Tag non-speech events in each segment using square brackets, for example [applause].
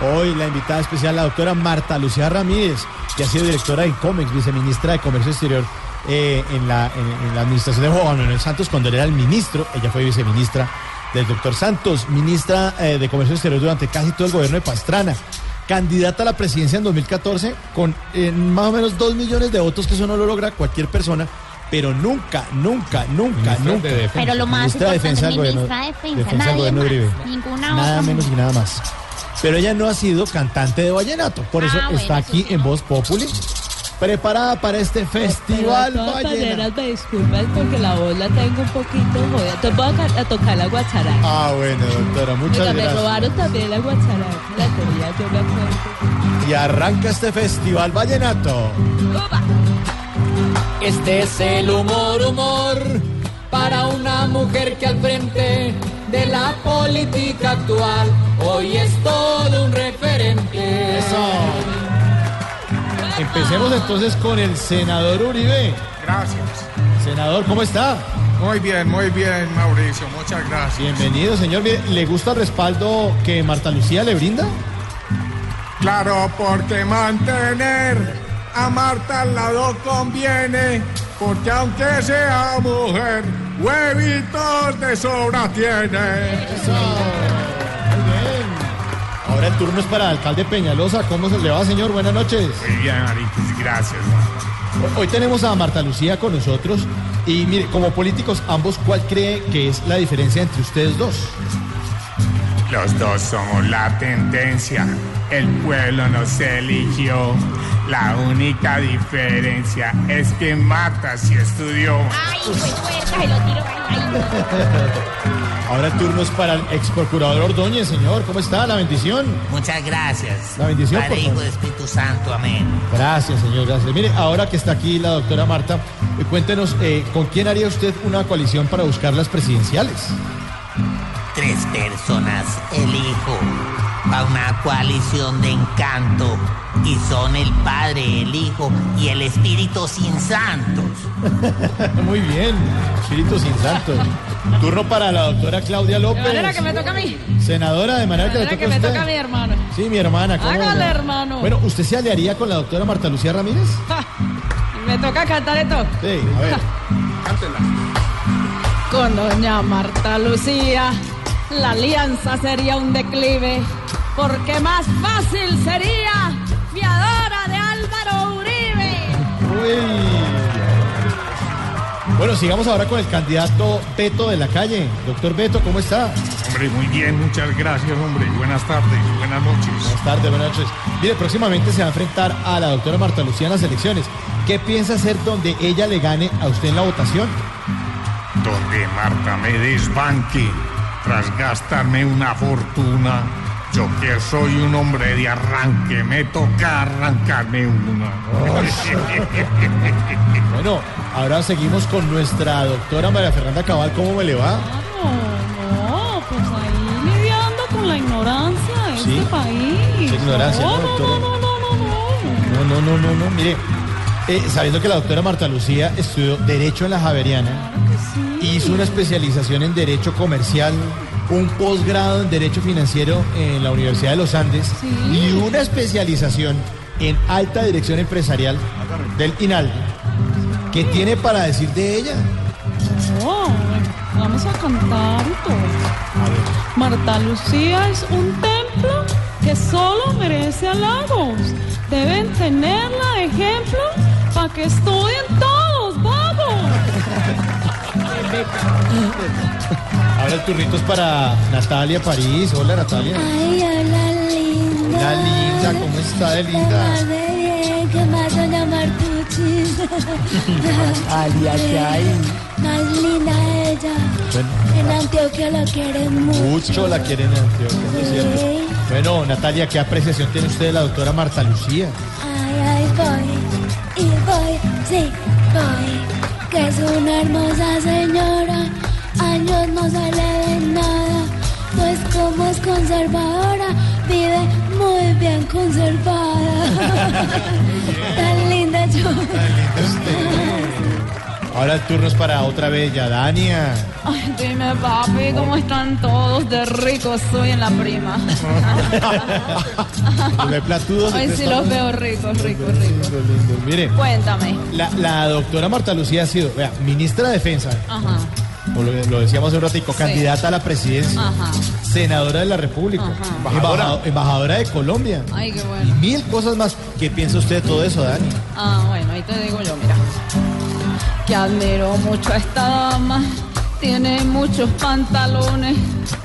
Hoy la invitada especial, la doctora Marta Lucía Ramírez, que ha sido directora de COMEX, viceministra de Comercio Exterior eh, en, la, en- en la administración de Juan Manuel Santos cuando él era el ministro. Ella fue viceministra del doctor Santos, ministra eh, de Comercio Exterior durante casi todo el gobierno de Pastrana. Candidata a la presidencia en 2014 con eh, más o menos dos millones de votos, que eso no lo logra cualquier persona, pero nunca, nunca, nunca, nunca. Pero lo más Ministra de importante Defensa es del gobierno- ministra de defensa, defensa del nadie gobierno más, Uribe. ninguna Nada otra. menos y nada más. Pero ella no ha sido cantante de vallenato, por eso Ah, bueno, está eso aquí sí, en ¿no? Voz Populi, preparada para este festival Pero de todas vallenato. maneras, me disculpas porque la voz la tengo un poquito jodida. Te voy a, ca- a tocar la guacharaca. Ah, bueno, doctora, Oiga, muchas me gracias. robaron también la guacharaca. La tenía yo me acuerdo. Y arranca este festival vallenato. Upa. Este es el humor, humor para una mujer que al frente de la política actual hoy es todo un referente. Empecemos entonces con el senador Uribe. Gracias. Senador, ¿cómo está? Muy bien, muy bien, Mauricio. Muchas gracias. Bienvenido, señor. Mire, ¿Le gusta el respaldo que Marta Lucía le brinda? Claro, porque mantener a Marta al lado conviene, porque aunque sea mujer, huevitos de sobra tiene. Ahora el turno es para el alcalde Peñalosa. ¿Cómo se le va, señor? Buenas noches. Muy bien, Mariquis, gracias. Hoy tenemos a Marta Lucía con nosotros y mire, como políticos ambos, ¿cuál cree que es la diferencia entre ustedes dos? Los dos somos la tendencia, el pueblo nos eligió. La única diferencia es que Marta sí estudió. Ay, fue fuerte, se lo tiro. Ay, Ahora el turno es para el ex procurador Ordóñez, señor. ¿Cómo está? La bendición. Muchas gracias. La bendición, por Padre, Hijo favor. de Espíritu Santo, amén. Gracias, señor. Gracias. Mire, ahora que está aquí la doctora Marta, eh, cuéntenos, eh, ¿con quién haría usted una coalición para buscar las presidenciales? Tres personas elijo para una coalición de encanto. Y son el Padre, el Hijo y el Espíritu sin santos. Muy bien. Espíritu sin santo. Turno para la doctora Claudia López. De manera que me toca a mí. Senadora, de manera, De manera que que le me toca a usted. toca a mi hermano. Sí, mi hermana. ¿cómo Hágale, no? hermano. Bueno, ¿usted se aliaría con la doctora Marta Lucía Ramírez? Ja. Y Me toca cantar esto. Sí, a ver. Con doña Marta Lucía, la alianza sería un declive, porque más fácil sería fiadora de Álvaro Uribe. Uy. Bueno, sigamos ahora con el candidato Beto de la calle. Doctor Beto, ¿cómo está? Hombre, muy bien, muchas gracias, hombre. Buenas tardes, buenas noches. Buenas tardes, buenas noches. Mire, próximamente se va a enfrentar a la doctora Marta Lucía en las elecciones. ¿Qué piensa hacer donde ella le gane a usted en la votación? Donde Marta me desbanque tras gastarme una fortuna. Yo que soy un hombre de arranque, me toca arrancarme una. Bueno, ahora seguimos con nuestra doctora María Fernanda Cabal. ¿Cómo me le va? No, no, pues ahí lidiando con la ignorancia de Sí. este país. La ignorancia, no, ¿no, no, doctora? no, no, no, no, no. No, no, no, no, no. Mire, eh, sabiendo que la doctora Marta Lucía estudió Derecho en la Javeriana, hizo una especialización en Derecho Comercial, un posgrado en Derecho Financiero en la Universidad de los Andes y una especialización en Alta Dirección Empresarial del INALDE. ¿Qué tiene para decir de ella? No, bueno, vamos a cantar y todo. Marta Lucía es un templo que solo merece halagos. Deben tenerla de ejemplo para que estudien todos, vamos. Ahora el turnito es para Natalia París. Hola, Natalia. Ay, hola linda. Hola, linda. ¿Cómo está de linda? Qué más, doña Martucci? noches. Alias que hay. Más linda ella. Bueno. En Antioquia la quieren mucho. Mucho la quieren en Antioquia, ¿no es cierto? Bueno, Natalia, ¿qué apreciación tiene usted de la doctora Marta Lucía? Ay, ay, voy. Y voy, sí, voy. Que es una hermosa señora. Años no se le ven nada. Pues como es conservadora, vive muy bien [laughs] conservada. Tan linda yo. Este, Ahora el turno es para otra bella, Dania. Ay, dime, papi, ¿cómo están todos de ricos soy en la prima? Los ve platudos. Ay, siempre sí están- los veo ricos, ricos, ricos. Lindo, lindo. Mire, Cuéntame. la, la doctora Marta Lucía ha sido, vea, ministra de Defensa, Ajá, como lo, lo decíamos hace un ratico, candidata a la presidencia, ajá. senadora de la República, embajadora. embajadora de Colombia. Ay, qué Y bueno. mil cosas más. ¿Qué piensa usted de todo eso, Dani? Ah, bueno, ahí te digo yo, mira. Que admiro mucho a esta dama. Tiene muchos pantalones.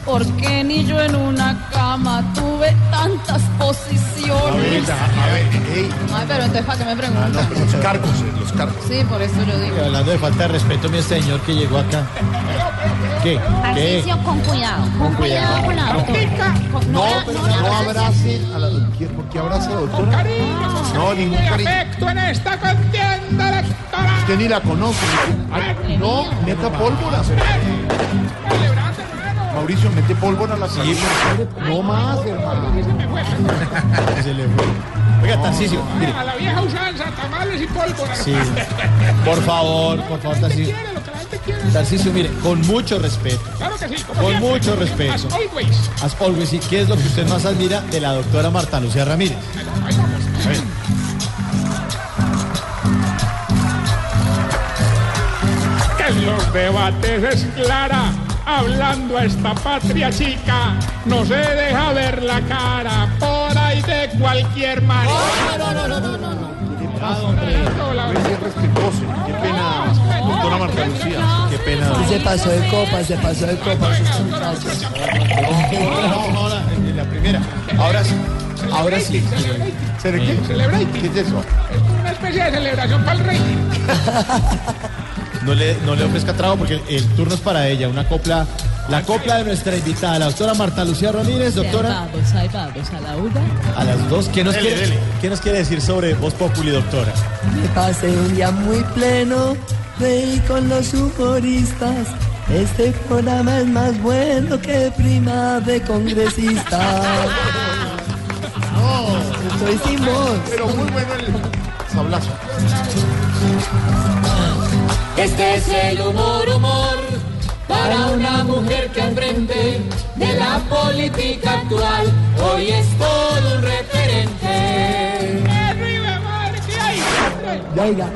Porque ni yo en una cama tuve tantas posiciones. Ay, pero entonces, ¿para qué me preguntas? Los cargos, eh, los cargos. Sí, por eso yo digo. Hablando de falta de respeto, mi señor que llegó acá. ¿Qué? ¿Qué? Tarcisio, con cuidado. Con cuidado con la doctora. Con- No, la- pero no la no abraces. abrace a la doctora. ¿Por qué abraza a la doctora? No, ningún cariño. afecto en esta contienda electoral. Usted ni la conoce. Ay, No, meta pólvora. Mauricio, mete pólvora a la salida. No más, hermano. Se le fue. Oiga, Tarcicio, mire. A la vieja usanza, tamales y pólvora. Sí. Por favor, por favor, La gente Tarcicio. quiere lo que la gente quiere. Tarcicio, mire, con mucho respeto. Claro que sí. como Con siempre. mucho respeto. As always. As always, ¿y ¿qué es lo que usted más admira de la doctora Marta Lucía Ramírez? Que en los debates es clara. Hablando a esta patria chica, no se deja ver la cara por ahí de cualquier manera. Es respetuoso. Qué pena, doctora Marta Lucía. Ah, Qué pena. Se pasó de copas, se pasó de copas. estos muchachos. No, no, la, [laughs] en la primera. Ahora sí. Ahora sí. ¿Será qué? Celebrate. ¿Qué es eso? Es como una especie de celebración para el rey. [laughs] No le, no le ofrezca trago porque el, el turno es para ella. Una copla. La copla de nuestra invitada, la doctora Marta Lucía Ramírez, doctora. Vamos, ahí vamos, a la uva. A las dos, ¿qué nos, Dele, quiere, dele. ¿qué nos quiere decir sobre Voz Populi, doctora? Que pase un día muy pleno, reí con los humoristas. Este programa es más bueno que prima de congresistas. No, soy Simón. Pero muy bueno el sablazo. Este es el humor, humor, para una mujer que aprende de la política actual. Hoy es todo un referente. ¡Arriba, madre! ¿Qué hay? Venga.